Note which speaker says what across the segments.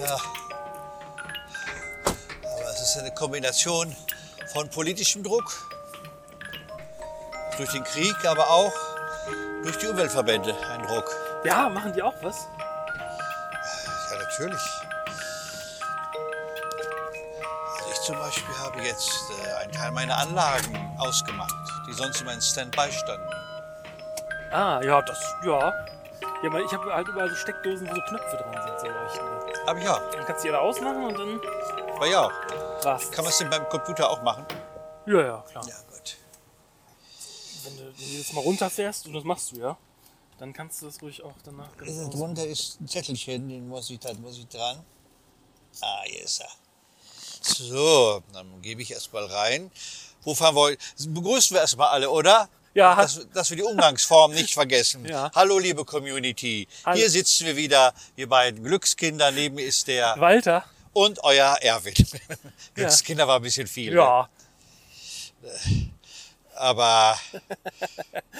Speaker 1: Ja. Aber es ist eine Kombination von politischem Druck durch den Krieg, aber auch durch die Umweltverbände ein Druck.
Speaker 2: Ja, machen die auch was?
Speaker 1: Ja, natürlich. Also ich zum Beispiel habe jetzt äh, einen Teil meiner Anlagen ausgemacht, die sonst immer in Standby standen.
Speaker 2: Ah, ja, das, ja. Ja, aber ich habe halt überall so Steckdosen, wo so Knöpfe dran sind, so leuchten.
Speaker 1: Aber ja,
Speaker 2: Dann kannst du die alle ausmachen und dann
Speaker 1: aber ja,
Speaker 2: war's.
Speaker 1: kann man es denn beim Computer auch machen?
Speaker 2: Ja, ja, klar.
Speaker 1: Ja, gut.
Speaker 2: Wenn du jedes Mal runterfährst, und das machst du ja, dann kannst du das ruhig auch danach ganz
Speaker 1: Äh,
Speaker 2: aus-
Speaker 1: Drunter ist ein Zettelchen, den muss ich, dann muss ich dran. Ah, hier ist er. So, dann gebe ich erstmal rein. Wo fahren wir heute? Begrüßen wir erstmal alle, oder?
Speaker 2: Ja.
Speaker 1: Dass, dass wir die Umgangsform nicht vergessen.
Speaker 2: Ja.
Speaker 1: Hallo, liebe Community.
Speaker 2: Hallo.
Speaker 1: Hier sitzen wir wieder, wir beiden Glückskinder. Neben ist der
Speaker 2: Walter?
Speaker 1: und euer Erwin. Glückskinder war ein bisschen viel. ne?
Speaker 2: Ja.
Speaker 1: Aber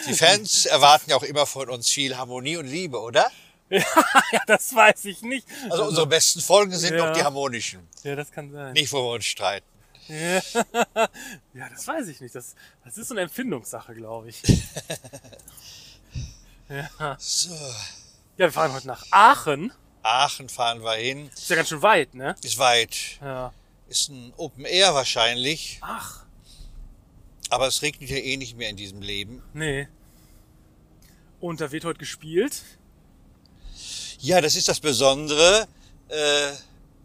Speaker 1: die Fans erwarten ja auch immer von uns viel Harmonie und Liebe, oder?
Speaker 2: Ja, das weiß ich nicht.
Speaker 1: Also unsere besten Folgen sind
Speaker 2: Ja.
Speaker 1: noch die harmonischen.
Speaker 2: Ja, das kann sein.
Speaker 1: Nicht, wo wir uns streiten.
Speaker 2: Ja, das weiß ich nicht. Das, das ist so eine Empfindungssache, glaube ich.
Speaker 1: So,
Speaker 2: Ja, wir fahren heute nach Aachen.
Speaker 1: Aachen fahren wir hin.
Speaker 2: Ist ja ganz schön weit, ne?
Speaker 1: Ist weit.
Speaker 2: Ja.
Speaker 1: Ist ein Open Air wahrscheinlich.
Speaker 2: Ach,
Speaker 1: Aber es regnet ja eh nicht mehr in diesem Leben.
Speaker 2: nee. Und da wird heute gespielt.
Speaker 1: Ja, das ist das Besondere. Äh,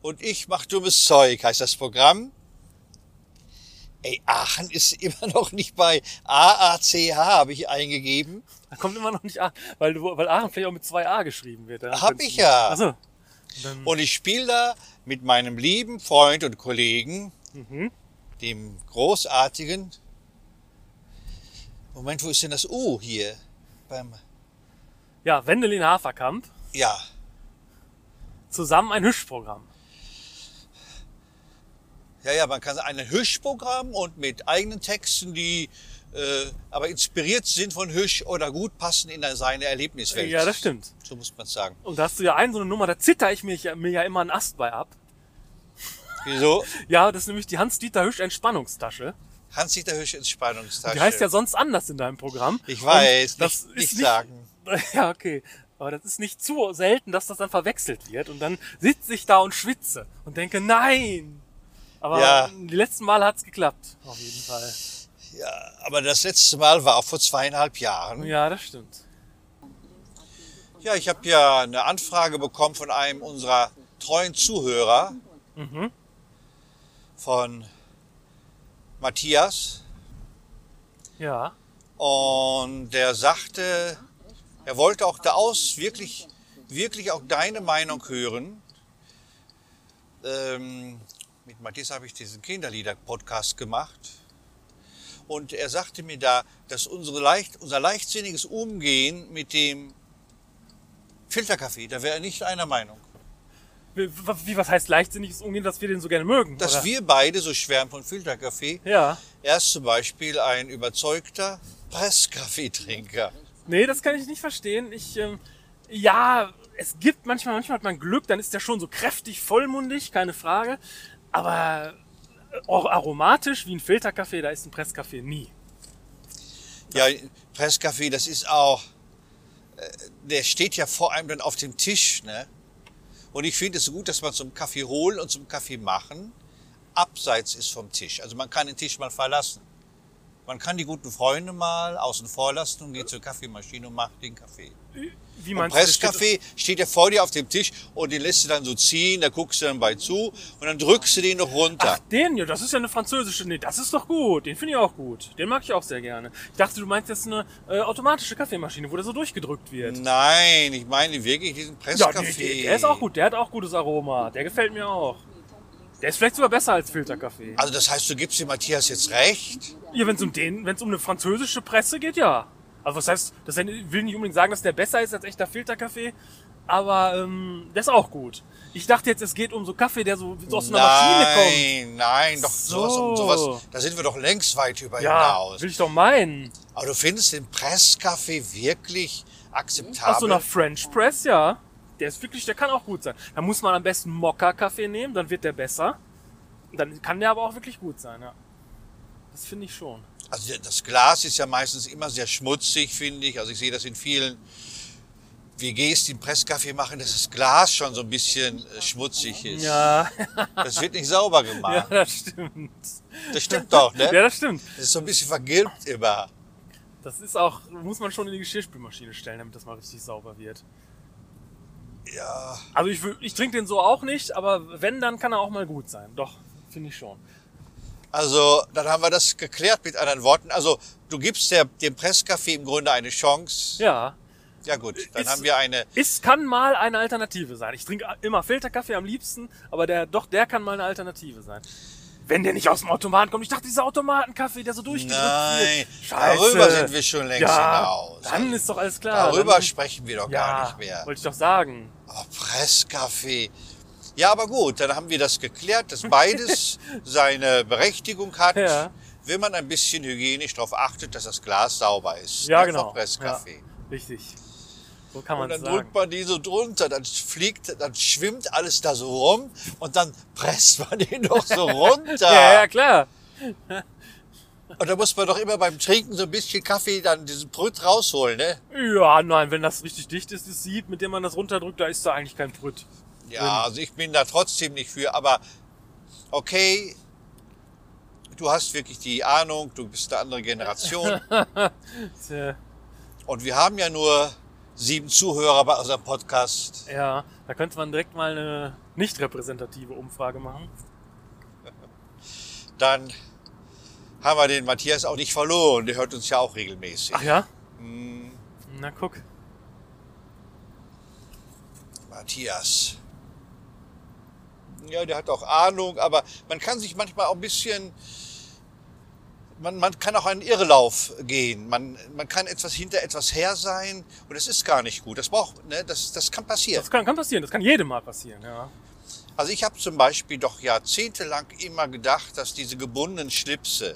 Speaker 1: und ich mach dummes Zeug, heißt das Programm. Ey, Aachen ist immer noch nicht bei AACH, habe ich eingegeben.
Speaker 2: Da kommt immer noch nicht Aachen, weil, du- weil Aachen vielleicht auch mit 2a geschrieben wird.
Speaker 1: Hab ich ja.
Speaker 2: Achso.
Speaker 1: Mhm. Und ich spiele da mit meinem lieben Freund und Kollegen,
Speaker 2: Mhm.
Speaker 1: dem großartigen. Moment, wo ist denn das U hier? Beim,
Speaker 2: Ja, Wendelin Haferkamp.
Speaker 1: ja,
Speaker 2: Zusammen ein Hüschprogramm.
Speaker 1: ja, ja, man kann ein Hösch-Programm und mit eigenen Texten, die äh, aber inspiriert sind von Hösch oder gut passen in seine Erlebniswelt.
Speaker 2: Ja, das stimmt.
Speaker 1: So muss man sagen.
Speaker 2: Und da hast du ja einen so eine Nummer, da zitter ich mich, ja- mir ja immer einen Ast bei ab.
Speaker 1: Wieso?
Speaker 2: Ja, das ist nämlich die Hans-Dieter Hüsch Entspannungstasche.
Speaker 1: Hans-Dieter Hösch ins Spannungstasche.
Speaker 2: Die heißt ja sonst anders in deinem Programm.
Speaker 1: Ich weiß,
Speaker 2: Und das
Speaker 1: nicht-
Speaker 2: ist
Speaker 1: nicht sagen.
Speaker 2: Ja, okay. Aber das ist nicht zu selten, dass das dann verwechselt wird. Und dann sitze ich da und schwitze und denke, nein! Aber
Speaker 1: Ja.
Speaker 2: die letzten Male hat's geklappt, auf jeden Fall.
Speaker 1: ja, aber das letzte Mal war auch vor zweieinhalb Jahren.
Speaker 2: Ja, das stimmt.
Speaker 1: Ja, ich habe ja eine Anfrage bekommen von einem unserer treuen Zuhörer, von Matthias.
Speaker 2: Ja.
Speaker 1: Und der sagte, er wollte auch da aus, wirklich, wirklich auch deine Meinung hören. Ähm, mit Matthias habe ich diesen Kinderlieder-Podcast gemacht. Und er sagte mir da, dass unsere leicht, unser leichtsinniges Umgehen mit dem Filterkaffee, da wäre er nicht einer Meinung.
Speaker 2: Wie, wie was heißt leichtsinniges Umgehen, dass wir den so gerne mögen?
Speaker 1: Dass
Speaker 2: oder?
Speaker 1: wir beide so schwärmen von Filterkaffee.
Speaker 2: Ja.
Speaker 1: Er ist zum Beispiel ein überzeugter Presskaffeetrinker.
Speaker 2: Nee, das kann ich nicht verstehen. Ich, ähm, ja, es gibt manchmal, manchmal hat man Glück, dann ist der schon so kräftig, vollmundig, keine Frage. Aber äh, auch aromatisch wie ein Filterkaffee, da ist ein Presskaffee nie.
Speaker 1: Ja, Presskaffee, das ist auch, äh, der steht ja vor einem dann auf dem Tisch, ne? Und ich finde es so gut, dass man zum Kaffee holen und zum Kaffee machen abseits ist vom Tisch. Also man kann den Tisch mal verlassen. Man kann die guten Freunde mal außen vor lassen und geht zur Kaffeemaschine und macht den Kaffee.
Speaker 2: Wie meinst das steht-
Speaker 1: Presskaffee steht ja vor dir auf dem Tisch und den lässt du dann so ziehen, da guckst du dann bei zu und dann drückst du den noch runter.
Speaker 2: Ach, den, ja, das ist ja eine französische. Nee, das ist doch gut. Den finde ich auch gut. Den mag ich auch sehr gerne. Ich dachte, du meinst jetzt eine äh, automatische Kaffeemaschine, wo der so durchgedrückt wird.
Speaker 1: Nein, ich meine wirklich diesen
Speaker 2: Ja,
Speaker 1: Presskaffee.
Speaker 2: nee, der, der ist auch gut. Der hat auch gutes Aroma. Der gefällt mir auch. Der ist vielleicht sogar besser als Filterkaffee.
Speaker 1: Also das heißt, du gibst dem Matthias jetzt recht?
Speaker 2: Ja, wenn es um den, wenn es um eine französische Presse geht, ja. Also was heißt, das will nicht unbedingt sagen, dass der besser ist als echter Filterkaffee, aber ähm, der ist auch gut. Ich dachte jetzt, es geht um so Kaffee, der so, so aus einer Maschine
Speaker 1: nein,
Speaker 2: kommt.
Speaker 1: nein, doch sowas, um
Speaker 2: So.
Speaker 1: sowas, da sind wir doch längst weit über
Speaker 2: Ja,
Speaker 1: hinaus.
Speaker 2: will ich doch meinen.
Speaker 1: Aber du findest den Presskaffee wirklich akzeptabel?
Speaker 2: Aus so einer French Press, ja. der ist wirklich, der kann auch gut sein. Da muss man am besten Mokka-Kaffee nehmen, dann wird der besser. Dann kann der aber auch wirklich gut sein, ja. Das finde ich schon.
Speaker 1: Also das Glas ist ja meistens immer sehr schmutzig, finde ich. Also ich sehe das in vielen WGs, die einen Presskaffee machen, dass das Glas schon so ein bisschen äh, schmutzig ist.
Speaker 2: Ja,
Speaker 1: Das wird nicht sauber
Speaker 2: ja,
Speaker 1: gemacht.
Speaker 2: das stimmt.
Speaker 1: Das stimmt doch,
Speaker 2: Ja,
Speaker 1: ne?
Speaker 2: das stimmt.
Speaker 1: Das ist so ein bisschen vergilbt immer.
Speaker 2: Das ist auch, muss man schon in die Geschirrspülmaschine stellen, damit das mal richtig sauber wird.
Speaker 1: Ja,
Speaker 2: Also ich, wür- ich trinke den so auch nicht, aber wenn, dann kann er auch mal gut sein. Doch, finde ich schon.
Speaker 1: also dann haben wir das geklärt mit anderen Worten. Also du gibst der, dem Presskaffee im Grunde eine Chance.
Speaker 2: Ja.
Speaker 1: Ja gut, dann
Speaker 2: Ist-
Speaker 1: haben wir eine
Speaker 2: Es kann mal eine Alternative sein. Ich trinke immer Filterkaffee am liebsten, aber der, doch, der kann mal eine Alternative sein. Wenn der nicht aus dem Automaten kommt. Ich dachte, dieser Automatenkaffee, der so durchgedrückt
Speaker 1: Nein,
Speaker 2: wird.
Speaker 1: darüber sind wir schon längst
Speaker 2: ja,
Speaker 1: hinaus.
Speaker 2: Dann
Speaker 1: Also,
Speaker 2: ist doch alles klar.
Speaker 1: Darüber
Speaker 2: dann,
Speaker 1: sprechen wir doch
Speaker 2: ja,
Speaker 1: gar nicht mehr.
Speaker 2: Wollte ich doch sagen.
Speaker 1: Oh, Presskaffee. Ja, aber gut, dann haben wir das geklärt, dass beides seine Berechtigung hat,
Speaker 2: Ja.
Speaker 1: wenn man ein bisschen hygienisch darauf achtet, dass das Glas sauber ist.
Speaker 2: Ja,
Speaker 1: ne,
Speaker 2: genau.
Speaker 1: Vom Presskaffee.
Speaker 2: Ja, richtig. So kann
Speaker 1: Und
Speaker 2: man
Speaker 1: dann
Speaker 2: sagen.
Speaker 1: drückt man die so drunter, dann fliegt, dann schwimmt alles da so rum und dann presst man den doch so runter.
Speaker 2: Ja, ja, klar.
Speaker 1: Und da muss man doch immer beim Trinken so ein bisschen Kaffee dann diesen Brüt rausholen, ne?
Speaker 2: Ja, nein, wenn das richtig dicht ist, das Sieb, mit dem man das runterdrückt, da ist da eigentlich kein Brütt.
Speaker 1: Ja, also ich bin da trotzdem nicht für, aber okay, du hast wirklich die Ahnung, du bist eine andere Generation
Speaker 2: Tja,
Speaker 1: und wir haben ja nur sieben Zuhörer bei unserem Podcast.
Speaker 2: Ja, da könnte man direkt mal eine nicht repräsentative Umfrage machen.
Speaker 1: Dann haben wir den Matthias auch nicht verloren, der hört uns ja auch regelmäßig.
Speaker 2: Ach ja?
Speaker 1: Hm.
Speaker 2: Na guck.
Speaker 1: Matthias. Ja, der hat auch Ahnung, aber man kann sich manchmal auch ein bisschen, man, man kann auch einen Irrlauf gehen. Man, man kann etwas hinter etwas her sein und das ist gar nicht gut. Das braucht, ne, das, das kann passieren.
Speaker 2: Das kann, kann passieren, das kann jedem mal passieren, ja.
Speaker 1: Also ich habe zum Beispiel doch jahrzehntelang immer gedacht, dass diese gebundenen Schlipse,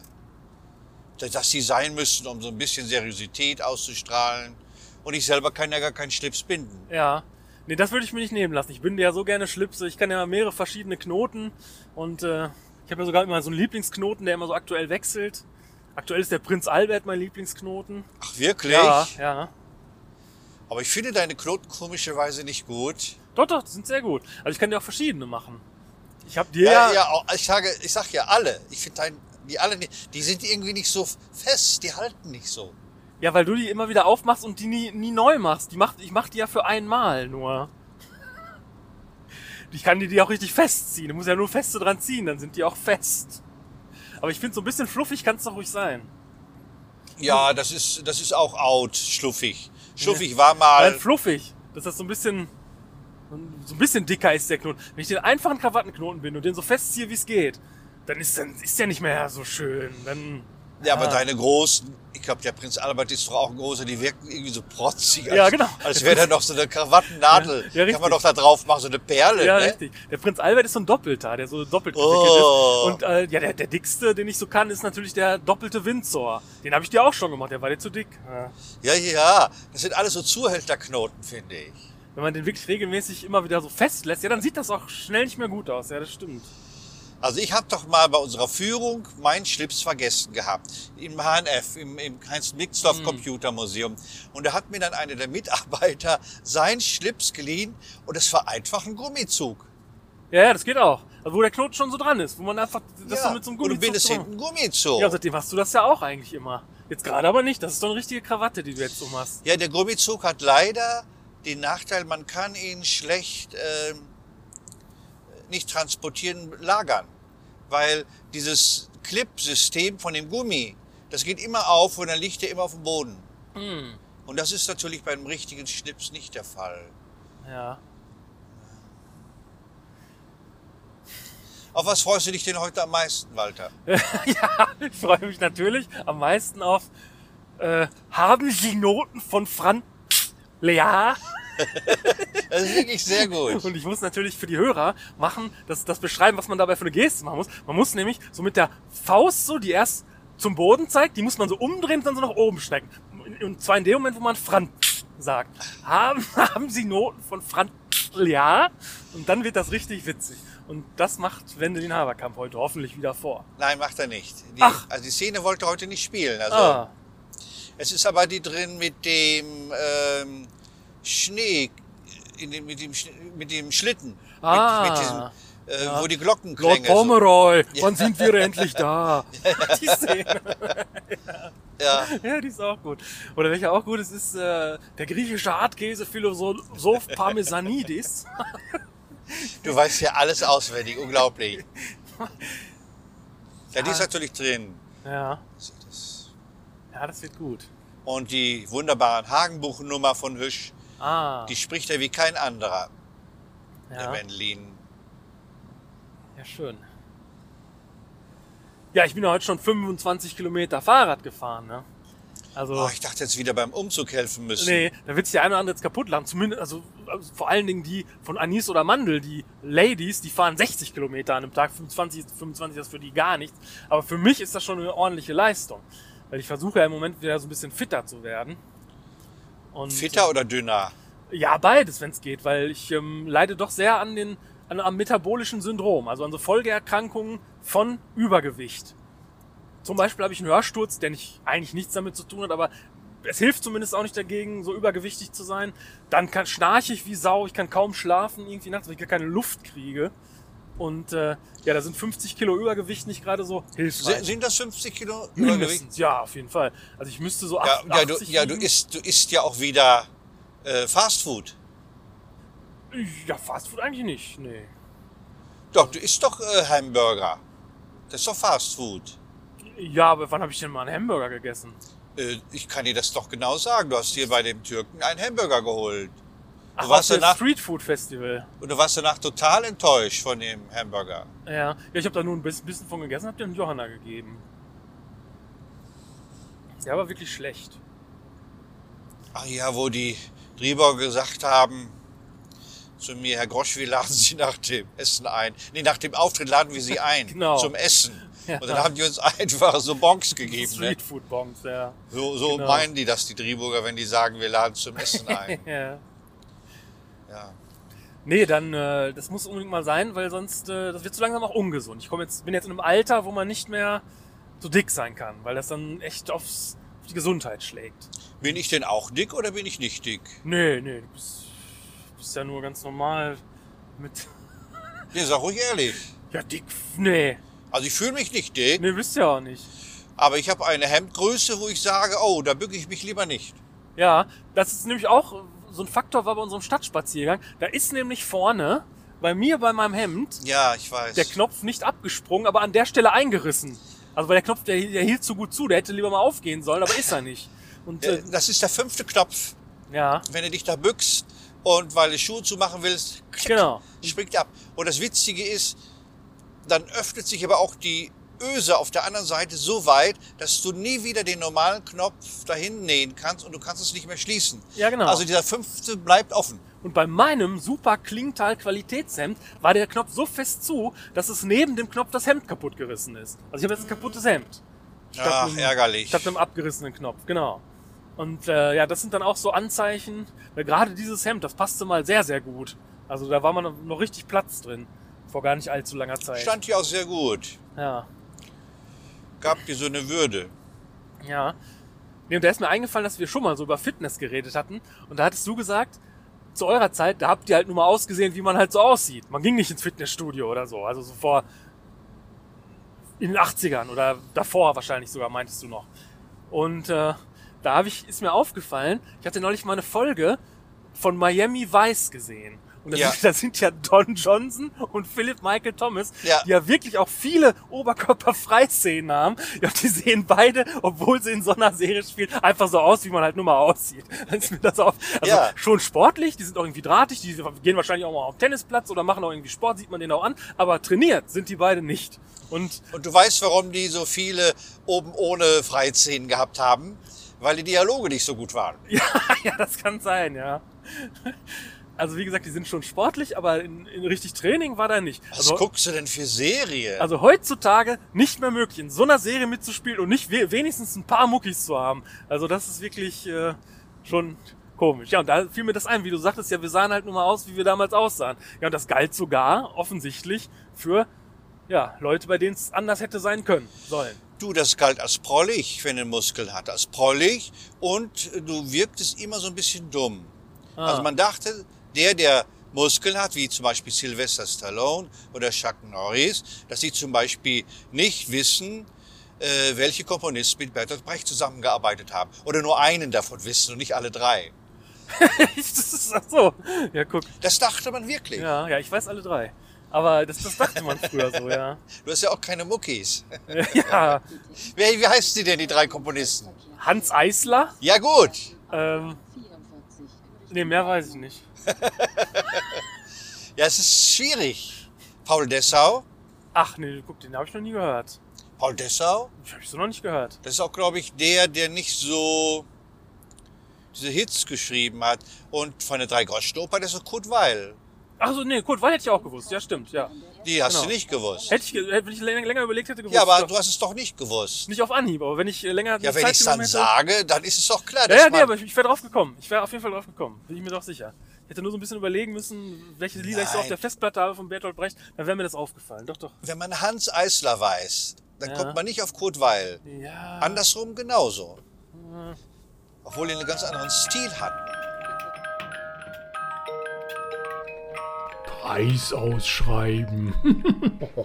Speaker 1: dass dass sie sein müssten, um so ein bisschen Seriosität auszustrahlen. Und ich selber kann ja gar keinen Schlips binden.
Speaker 2: Ja. Nee, das würde ich mir nicht nehmen lassen. Ich binde ja so gerne Schlipse, ich kann ja mehrere verschiedene Knoten und äh, ich habe ja sogar immer so einen Lieblingsknoten, der immer so aktuell wechselt. Aktuell ist der Prinz Albert mein Lieblingsknoten.
Speaker 1: Ach wirklich?
Speaker 2: Ja, ja.
Speaker 1: Aber ich finde deine Knoten komischerweise nicht gut.
Speaker 2: Doch, doch, die sind sehr gut. Also ich kann dir auch verschiedene machen. Ich habe dir
Speaker 1: Ja,
Speaker 2: ja,
Speaker 1: ja, auch- ich sage, ich sag ja alle. Ich finde dein, die alle, nicht- die sind irgendwie nicht so fest, die halten nicht so.
Speaker 2: Ja, weil du die immer wieder aufmachst und die nie, nie neu machst. Die macht, ich mach die ja für einmal nur. Ich kann die, die auch richtig festziehen. Du musst ja nur feste dran ziehen, dann sind die auch fest. Aber ich finde, so ein bisschen fluffig kann es doch ruhig sein.
Speaker 1: Ja, das ist, das ist auch out, schluffig. Schluffig war mal.
Speaker 2: Nein, fluffig. Dass das so ein bisschen, so ein bisschen dicker ist, der Knoten. Wenn ich den einfachen Krawattenknoten bin und den so festziehe, wie es geht, dann ist, dann ist der nicht mehr so schön. Dann,
Speaker 1: ja, aber
Speaker 2: ah.
Speaker 1: deine großen, ich glaube, der Prinz Albert ist doch auch ein großer, die wirken irgendwie so protzig. Als,
Speaker 2: Ja, genau.
Speaker 1: Als wäre da noch so eine Krawattennadel.
Speaker 2: Ja, ja, richtig.
Speaker 1: Kann man doch da drauf machen, so eine Perle.
Speaker 2: Ja,
Speaker 1: ne?
Speaker 2: richtig. Der Prinz Albert ist so ein Doppelter, der so doppelt
Speaker 1: Oh.
Speaker 2: gewickelt ist. Und äh, ja, der, der dickste, den ich so kann, ist natürlich der doppelte Windsor. Den habe ich dir auch schon gemacht, der war dir zu dick. Ja.
Speaker 1: Ja, ja. Das sind alles so Zuhälterknoten, finde ich.
Speaker 2: Wenn man den wirklich regelmäßig immer wieder so festlässt, ja, dann sieht das auch schnell nicht mehr gut aus. Ja, das stimmt.
Speaker 1: Also ich habe doch mal bei unserer Führung meinen Schlips vergessen gehabt. Im HNF, im, im Heinz-Nixdorf Computermuseum. Und da hat mir dann einer der Mitarbeiter seinen Schlips geliehen und es war einfach ein Gummizug.
Speaker 2: Ja, ja, das geht auch. Also, wo der Knoten schon so dran ist, wo man einfach das so mit so einem
Speaker 1: und du bindest
Speaker 2: Gummizug
Speaker 1: hinten einen Gummizug.
Speaker 2: Ja, also
Speaker 1: Ja,
Speaker 2: seitdem hast du das ja auch eigentlich immer. Jetzt gerade aber nicht. Das ist doch eine richtige Krawatte, die du jetzt so machst.
Speaker 1: der Gummizug hat leider den Nachteil, man kann ihn schlecht ähm, nicht transportieren, lagern. Weil dieses Clip-System von dem Gummi, das geht immer auf und dann liegt er immer auf dem Boden.
Speaker 2: Hm.
Speaker 1: Und das ist natürlich beim richtigen Schnips nicht der Fall.
Speaker 2: Ja.
Speaker 1: Auf was freust du dich denn heute am meisten, Walter?
Speaker 2: ja, ich freue mich natürlich am meisten auf. Äh, haben Sie Noten von Franz Lea?
Speaker 1: Das ist wirklich sehr gut.
Speaker 2: Und ich muss natürlich für die Hörer machen, das, das beschreiben, was man dabei für eine Geste machen muss. Man muss nämlich so mit der Faust so, die erst zum Boden zeigt, die muss man so umdrehen und dann so nach oben strecken. Und zwar in dem Moment, wo man Franz sagt. Haben, haben Sie Noten von Franz Achtel ja. Und dann wird das richtig witzig. Und das macht Wendelin Haberkamp heute hoffentlich wieder vor.
Speaker 1: Nein, macht er nicht. Die,
Speaker 2: Ach.
Speaker 1: Also die Szene wollte er heute nicht spielen. Also
Speaker 2: Ah,
Speaker 1: Es ist aber die drin mit dem ähm, Schnee, in dem, mit, dem, Schn- mit dem Schlitten.
Speaker 2: Ah.
Speaker 1: Mit, mit diesem, äh,
Speaker 2: Ja.
Speaker 1: Wo die Glocken Also,
Speaker 2: Lord
Speaker 1: klingen. So.
Speaker 2: Pomeroy, wann sind wir endlich da? Die Szene.
Speaker 1: Ja.
Speaker 2: Ja, die ist auch gut. Oder welcher auch gut ist, ist äh, der griechische Hartkäse-Philosoph Parmesanidis.
Speaker 1: Du weißt ja alles auswendig, unglaublich. Ja, die ist
Speaker 2: Ja.
Speaker 1: natürlich drin.
Speaker 2: Ja,
Speaker 1: Das-
Speaker 2: ja, das wird gut.
Speaker 1: Und die wunderbaren Hagenbuchnummer von Hüsch,
Speaker 2: Ah,
Speaker 1: die spricht er wie kein anderer, der
Speaker 2: ja,
Speaker 1: Wendlin.
Speaker 2: ja, schön. Ja, ich bin ja heute schon 25 Kilometer Fahrrad gefahren, ne? Also,
Speaker 1: Oh, ich dachte jetzt wieder beim Umzug helfen müssen.
Speaker 2: nee, da wird sich der eine oder andere jetzt kaputt lachen. Zumindest, also, also vor allen Dingen die von Anis oder Mandel, die Ladies, die fahren 60 Kilometer an einem Tag. 25, 25 ist für die gar nichts. Aber für mich ist das schon eine ordentliche Leistung. Weil ich versuche ja im Moment wieder so ein bisschen fitter zu werden. Und,
Speaker 1: Fitter oder dünner?
Speaker 2: Ja, beides, wenn es geht, weil ich ähm, leide doch sehr an den, an, am metabolischen Syndrom, also an so Folgeerkrankungen von Übergewicht. Zum Beispiel habe ich einen Hörsturz, der nicht, eigentlich nichts damit zu tun hat, aber es hilft zumindest auch nicht dagegen, so übergewichtig zu sein. Dann kann, schnarche ich wie Sau, ich kann kaum schlafen irgendwie nachts, weil ich gar keine Luft kriege. Und äh, ja, da sind 50 Kilo Übergewicht nicht gerade so
Speaker 1: Sind,
Speaker 2: hilfreich.
Speaker 1: sind das 50 Kilo Übergewicht?
Speaker 2: Mindestens, ja, auf jeden Fall. Also ich müsste so
Speaker 1: Ja,
Speaker 2: 88
Speaker 1: ja, du, ja du,
Speaker 2: wiegen.
Speaker 1: isst, du isst ja auch wieder äh, Fast Food.
Speaker 2: Ja, Fastfood eigentlich nicht, nee.
Speaker 1: Doch, du isst doch äh, Hamburger. Das ist doch Fast Food.
Speaker 2: Ja, aber wann habe ich denn mal einen Hamburger gegessen?
Speaker 1: Äh, ich kann dir das doch genau sagen. Du hast dir bei dem Türken einen Hamburger geholt.
Speaker 2: Ach,
Speaker 1: warst
Speaker 2: auf dem
Speaker 1: danach-
Speaker 2: Street Food Festival.
Speaker 1: Und du warst danach total enttäuscht von dem Hamburger.
Speaker 2: Ja, ja ich habe da nur ein bis- bisschen von gegessen, hab den Johanna gegeben. Der war wirklich schlecht.
Speaker 1: Ach Ah ja, wo die Drieber gesagt haben zu mir, Herr Grosch, wir laden Sie nach dem Essen ein. Nee, nach dem Auftritt laden wir Sie ein
Speaker 2: Genau.
Speaker 1: zum Essen.
Speaker 2: Ja.
Speaker 1: Und dann haben die uns einfach so Bonks gegeben. Ne?
Speaker 2: Street Food Bombs, ja.
Speaker 1: So, so
Speaker 2: Genau.
Speaker 1: meinen die das, die Drieburger, wenn die sagen, wir laden zum Essen ein.
Speaker 2: ja.
Speaker 1: Ja.
Speaker 2: Nee, dann, äh, das muss unbedingt mal sein, weil sonst, äh, das wird so langsam auch ungesund. Ich komm jetzt, bin jetzt in einem Alter, wo man nicht mehr so dick sein kann, weil das dann echt aufs, auf die Gesundheit schlägt.
Speaker 1: Bin ich denn auch dick oder bin ich nicht dick?
Speaker 2: Nee, nee, du bist, bist ja nur ganz normal mit.
Speaker 1: Nee, sag ruhig ehrlich.
Speaker 2: Ja, dick, nee.
Speaker 1: Also ich fühle mich nicht dick,
Speaker 2: Nee, bist ja auch nicht.
Speaker 1: aber ich habe eine Hemdgröße, wo ich sage, oh, da bücke ich mich lieber nicht.
Speaker 2: Ja, das ist nämlich auch so ein Faktor war bei unserem Stadtspaziergang. Da ist nämlich vorne bei mir bei meinem Hemd
Speaker 1: Ja, ich weiß.
Speaker 2: der Knopf nicht abgesprungen, aber an der Stelle eingerissen. Also weil der Knopf, der, der hielt zu gut zu, der hätte lieber mal aufgehen sollen, aber ist er nicht. Und
Speaker 1: Äh,
Speaker 2: äh,
Speaker 1: Das ist der fünfte Knopf,
Speaker 2: ja,
Speaker 1: wenn du dich da bückst und weil du Schuhe zumachen willst, klick,
Speaker 2: genau.
Speaker 1: springt Hm. ab. Und das Witzige ist, dann öffnet sich aber auch die Öse auf der anderen Seite so weit, dass du nie wieder den normalen Knopf dahin nähen kannst und du kannst es nicht mehr schließen.
Speaker 2: Ja, genau.
Speaker 1: Also dieser fünfte bleibt offen.
Speaker 2: Und bei meinem super Klingtal Qualitätshemd war der Knopf so fest zu, dass es neben dem Knopf das Hemd kaputt gerissen ist. Also ich habe jetzt ein kaputtes Hemd.
Speaker 1: Ach,
Speaker 2: einem-
Speaker 1: ärgerlich.
Speaker 2: Statt einem abgerissenen Knopf, genau. Und äh, ja, das sind dann auch so Anzeichen, weil gerade dieses Hemd, das passte mal sehr, sehr gut. Also da war man noch richtig Platz drin. Vor gar nicht allzu langer Zeit.
Speaker 1: Stand hier auch sehr gut.
Speaker 2: Ja.
Speaker 1: Gab dir so eine Würde.
Speaker 2: Ja. Nee, und da ist mir eingefallen, dass wir schon mal so über Fitness geredet hatten. Und da hattest du gesagt, zu eurer Zeit, da habt ihr halt nur mal ausgesehen, wie man halt so aussieht. Man ging nicht ins Fitnessstudio oder so. Also so vor in den 80ern oder davor wahrscheinlich sogar, meintest du noch. Und äh, da habe ich, ist mir aufgefallen, ich hatte neulich mal eine Folge von Miami Vice gesehen. Und da,
Speaker 1: Ja.
Speaker 2: sind, da sind ja Don Johnson und Philip Michael Thomas,
Speaker 1: Ja.
Speaker 2: die ja wirklich auch viele Oberkörperfreiszenen haben. Ja, die sehen beide, obwohl sie in so einer Serie spielen, einfach so aus, wie man halt nur mal aussieht. Dann ist mir das auf. Also
Speaker 1: Ja.
Speaker 2: schon sportlich, die sind auch irgendwie drahtig, die gehen wahrscheinlich auch mal auf den Tennisplatz oder machen auch irgendwie Sport, sieht man den auch an. Aber trainiert sind die beide nicht. Und
Speaker 1: Und du weißt, warum die so viele oben ohne Freizehen gehabt haben? Weil die Dialoge nicht so gut waren.
Speaker 2: Ja, ja, das kann sein, ja. Also wie gesagt, die sind schon sportlich, aber in, in richtig Training war da nicht.
Speaker 1: Was
Speaker 2: Also,
Speaker 1: guckst du denn für Serie?
Speaker 2: also heutzutage nicht mehr möglich, in so einer Serie mitzuspielen und nicht we wenigstens ein paar Muckis zu haben. Also das ist wirklich äh, schon Komisch. Ja, und da fiel mir das ein, wie du sagtest, ja, wir sahen halt nur mal aus, wie wir damals aussahen. Ja, und das galt sogar offensichtlich für ja, Leute, bei denen es anders hätte sein können, sollen.
Speaker 1: Du, das galt als prollig, wenn du einen Muskel hat, als prollig und du wirktest immer so ein bisschen dumm.
Speaker 2: Ah.
Speaker 1: Also man dachte, der, der Muskeln hat, wie zum Beispiel Sylvester Stallone oder Chuck Norris, dass sie zum Beispiel nicht wissen, äh, welche Komponisten mit Bertolt Brecht zusammengearbeitet haben. Oder nur einen davon wissen und nicht alle drei.
Speaker 2: das ist ach so. Ja, guck.
Speaker 1: Das dachte man wirklich.
Speaker 2: Ja, ja, ich weiß alle drei. Aber das, das dachte man früher so, ja.
Speaker 1: Du hast ja auch keine Muckis.
Speaker 2: Ja,
Speaker 1: Wer, wie heißen die denn, die drei Komponisten?
Speaker 2: Hans Eisler?
Speaker 1: Ja gut.
Speaker 2: Ähm, nee, mehr weiß ich nicht.
Speaker 1: Ja, es ist schwierig. Paul Dessau.
Speaker 2: Ach nee, guck, den habe ich noch nie gehört.
Speaker 1: Paul Dessau?
Speaker 2: Ich habe so noch nicht gehört.
Speaker 1: Das ist auch, glaube ich, der, der nicht so diese Hits geschrieben hat. Und von der Drei-Groschen-Oper, das ist Kurt Weil.
Speaker 2: Ach so, nee, gut, weil hätte ich auch gewusst. Ja, stimmt, ja.
Speaker 1: Die hast du
Speaker 2: Genau.
Speaker 1: nicht gewusst.
Speaker 2: Hätte ich, ge- hätte- wenn ich länger, länger überlegt hätte, gewusst.
Speaker 1: Ja, aber
Speaker 2: doch.
Speaker 1: du hast es doch nicht gewusst.
Speaker 2: nicht auf Anhieb, aber wenn ich äh, länger
Speaker 1: Ja,
Speaker 2: mir
Speaker 1: wenn
Speaker 2: Zeit
Speaker 1: ich es
Speaker 2: genommen
Speaker 1: dann
Speaker 2: hätte-
Speaker 1: sage, dann ist es doch klar,
Speaker 2: Ja,
Speaker 1: dass
Speaker 2: ja, nee, aber
Speaker 1: man...
Speaker 2: ich, ich wäre drauf gekommen. Ich wäre auf jeden Fall drauf gekommen. Bin ich mir doch sicher. Ich hätte nur so ein bisschen überlegen müssen, welche Lieder ich so auf
Speaker 1: Nein.
Speaker 2: der Festplatte habe von Bertolt Brecht, dann wäre mir das aufgefallen. Doch, doch.
Speaker 1: Wenn man Hans Eisler weiß, dann
Speaker 2: Ja.
Speaker 1: kommt man nicht auf Kurt Weil.
Speaker 2: Ja. Hm.
Speaker 1: Andersrum genauso. Obwohl die einen ganz anderen Stil hatten.
Speaker 3: Preis ausschreiben.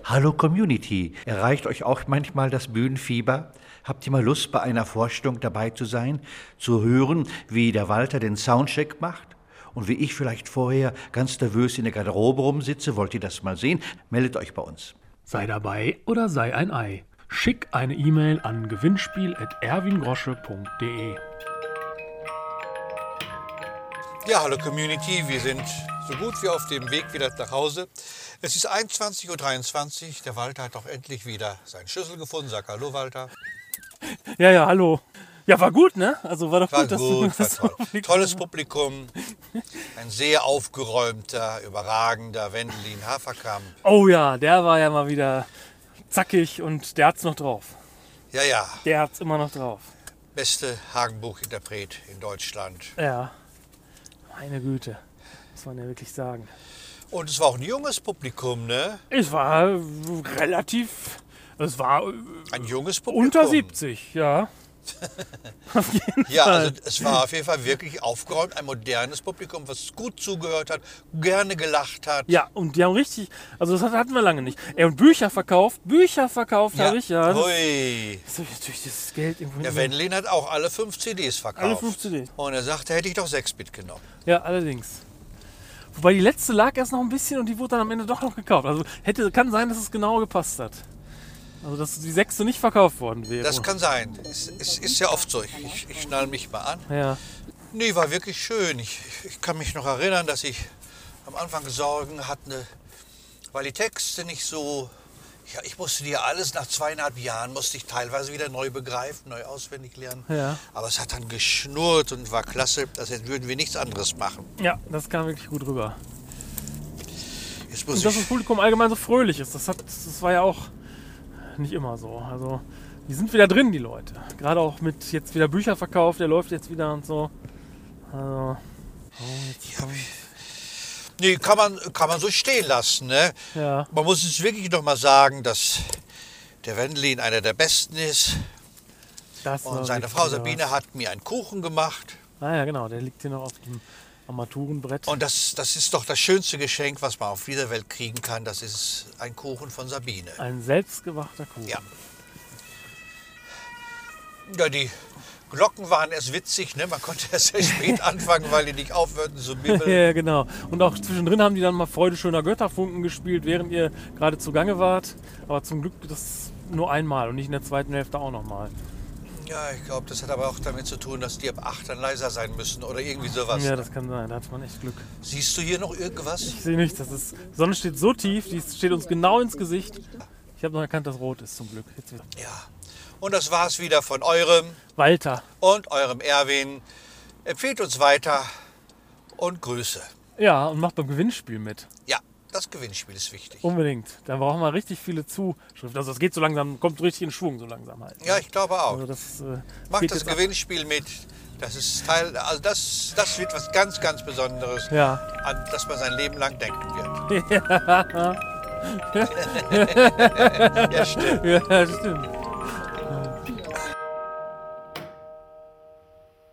Speaker 4: Hallo Community, erreicht euch auch manchmal das Bühnenfieber? Habt ihr mal Lust, bei einer Vorstellung dabei zu sein, zu hören, wie der Walter den Soundcheck macht? Und wie ich vielleicht vorher ganz nervös in der Garderobe rumsitze, wollt ihr das mal sehen? Meldet euch bei uns.
Speaker 3: Sei dabei oder sei ein Ei. Schick eine E-Mail an gewinnspiel.erwingrosche.de.
Speaker 1: Ja, hallo Community, wir sind so gut wie auf dem Weg wieder nach Hause. Es ist 21.23 Uhr, der Walter hat doch endlich wieder seinen Schlüssel gefunden. Sag Hallo Walter.
Speaker 2: Ja, ja, hallo. Ja, war gut, ne? Also war doch
Speaker 1: War
Speaker 2: gut, dass
Speaker 1: gut,
Speaker 2: du dass
Speaker 1: war
Speaker 2: du-
Speaker 1: toll. Tolles Publikum, ein sehr aufgeräumter, überragender Wendelin Haferkamp.
Speaker 2: Oh ja, der war ja mal wieder zackig und der hat's noch drauf.
Speaker 1: Ja, ja,
Speaker 2: Der hat's immer noch drauf.
Speaker 1: beste Hagenbuch-Interpret in Deutschland.
Speaker 2: Ja. Meine Güte. Muss man ja wirklich sagen.
Speaker 1: Und es war auch ein junges Publikum, ne?
Speaker 2: Es war äh, relativ. Es war äh,
Speaker 1: Ein junges Publikum.
Speaker 2: unter 70, ja. Auf jeden
Speaker 1: Ja,
Speaker 2: Fall.
Speaker 1: also es war auf jeden Fall wirklich aufgeräumt, ein modernes Publikum, was gut zugehört hat, gerne gelacht hat.
Speaker 2: Ja, und die haben richtig, also das hatten wir lange nicht. Ey, und Bücher verkauft, Bücher verkauft habe ich ja. Das,
Speaker 1: Hui.
Speaker 2: das hab ich natürlich das Geld irgendwo
Speaker 1: Der
Speaker 2: hin-
Speaker 1: Wendlin hat auch alle fünf CDs verkauft.
Speaker 2: Alle fünf CDs.
Speaker 1: Und er sagte, hätte ich doch sechs mitgenommen.
Speaker 2: Ja, allerdings. Wobei die letzte lag erst noch ein bisschen und die wurde dann am Ende doch noch gekauft. Also hätte, kann sein, dass es genau gepasst hat. Also dass die sechste nicht verkauft worden wäre.
Speaker 1: Das kann sein. Es, es ist ja oft so. Ich, ich, ich schnall mich mal an.
Speaker 2: ja.
Speaker 1: Nee, war wirklich schön. Ich, ich kann mich noch erinnern, dass ich am Anfang Sorgen hatte, weil die Texte nicht so. Ja, ich musste die ja alles nach zweieinhalb Jahren, musste ich teilweise wieder neu begreifen, neu auswendig lernen.
Speaker 2: Ja.
Speaker 1: Aber es hat dann geschnurrt und war klasse, als hätten- würden wir nichts anderes machen.
Speaker 2: ja, das kam wirklich gut rüber.
Speaker 1: Jetzt muss
Speaker 2: Und
Speaker 1: ich,
Speaker 2: dass das Publikum allgemein so fröhlich ist, das, hat, das war ja auch nicht immer so. Also die sind wieder drin, die Leute. Gerade auch mit jetzt wieder Bücherverkauf, der läuft jetzt wieder und so. Also,
Speaker 1: Ja, wie- nee, kann man, kann man so stehen lassen. Ne?
Speaker 2: ja.
Speaker 1: Man muss es wirklich noch mal sagen, dass der Wendelin einer der Besten ist.
Speaker 2: Das war
Speaker 1: Und seine
Speaker 2: wirklich
Speaker 1: Frau
Speaker 2: wieder
Speaker 1: Sabine hat mir einen Kuchen gemacht.
Speaker 2: was. Ah ja, genau, der liegt hier noch auf dem Armaturenbrett.
Speaker 1: Und das, das ist doch das schönste Geschenk, was man auf dieser Welt kriegen kann. Das ist ein Kuchen von Sabine.
Speaker 2: Ein selbstgewachter Kuchen.
Speaker 1: Ja. Ja, die Glocken waren erst witzig, ne? Man konnte erst sehr spät anfangen, weil die nicht aufhörten zu
Speaker 2: Ja,
Speaker 1: bimmeln.
Speaker 2: ja, genau. Und auch zwischendrin haben die dann mal Freude schöner Götterfunken gespielt, während ihr gerade zugange wart. Aber zum Glück das nur einmal und nicht in der zweiten Hälfte auch nochmal.
Speaker 1: Ja, ich glaube, das hat aber auch damit zu tun, dass die ab 8 dann leiser sein müssen oder irgendwie sowas.
Speaker 2: Ja, das kann sein. Da hat man echt Glück.
Speaker 1: Siehst du hier noch irgendwas?
Speaker 2: Ich sehe nichts. Das ist, die Sonne steht so tief, die steht uns genau ins Gesicht. Ich habe noch erkannt, dass rot ist zum Glück. Jetzt wird-
Speaker 1: Ja. Und das war's wieder von eurem
Speaker 2: Walter.
Speaker 1: und eurem Erwin. Empfehlt uns weiter und Grüße.
Speaker 2: Ja, und macht beim Gewinnspiel mit.
Speaker 1: Ja, das Gewinnspiel ist wichtig.
Speaker 2: Unbedingt. Da brauchen wir richtig viele Zuschriften. Also das geht so langsam, kommt richtig in Schwung so langsam halt.
Speaker 1: Ja, ich glaube auch.
Speaker 2: Also das, äh,
Speaker 1: Macht
Speaker 2: geht
Speaker 1: das
Speaker 2: jetzt ab.
Speaker 1: Gewinnspiel mit. Das ist Teil, also das, das wird was ganz, ganz Besonderes,
Speaker 2: Ja.
Speaker 1: an das man sein Leben lang denken wird.
Speaker 2: Ja,
Speaker 1: Ja, stimmt.
Speaker 2: ja stimmt.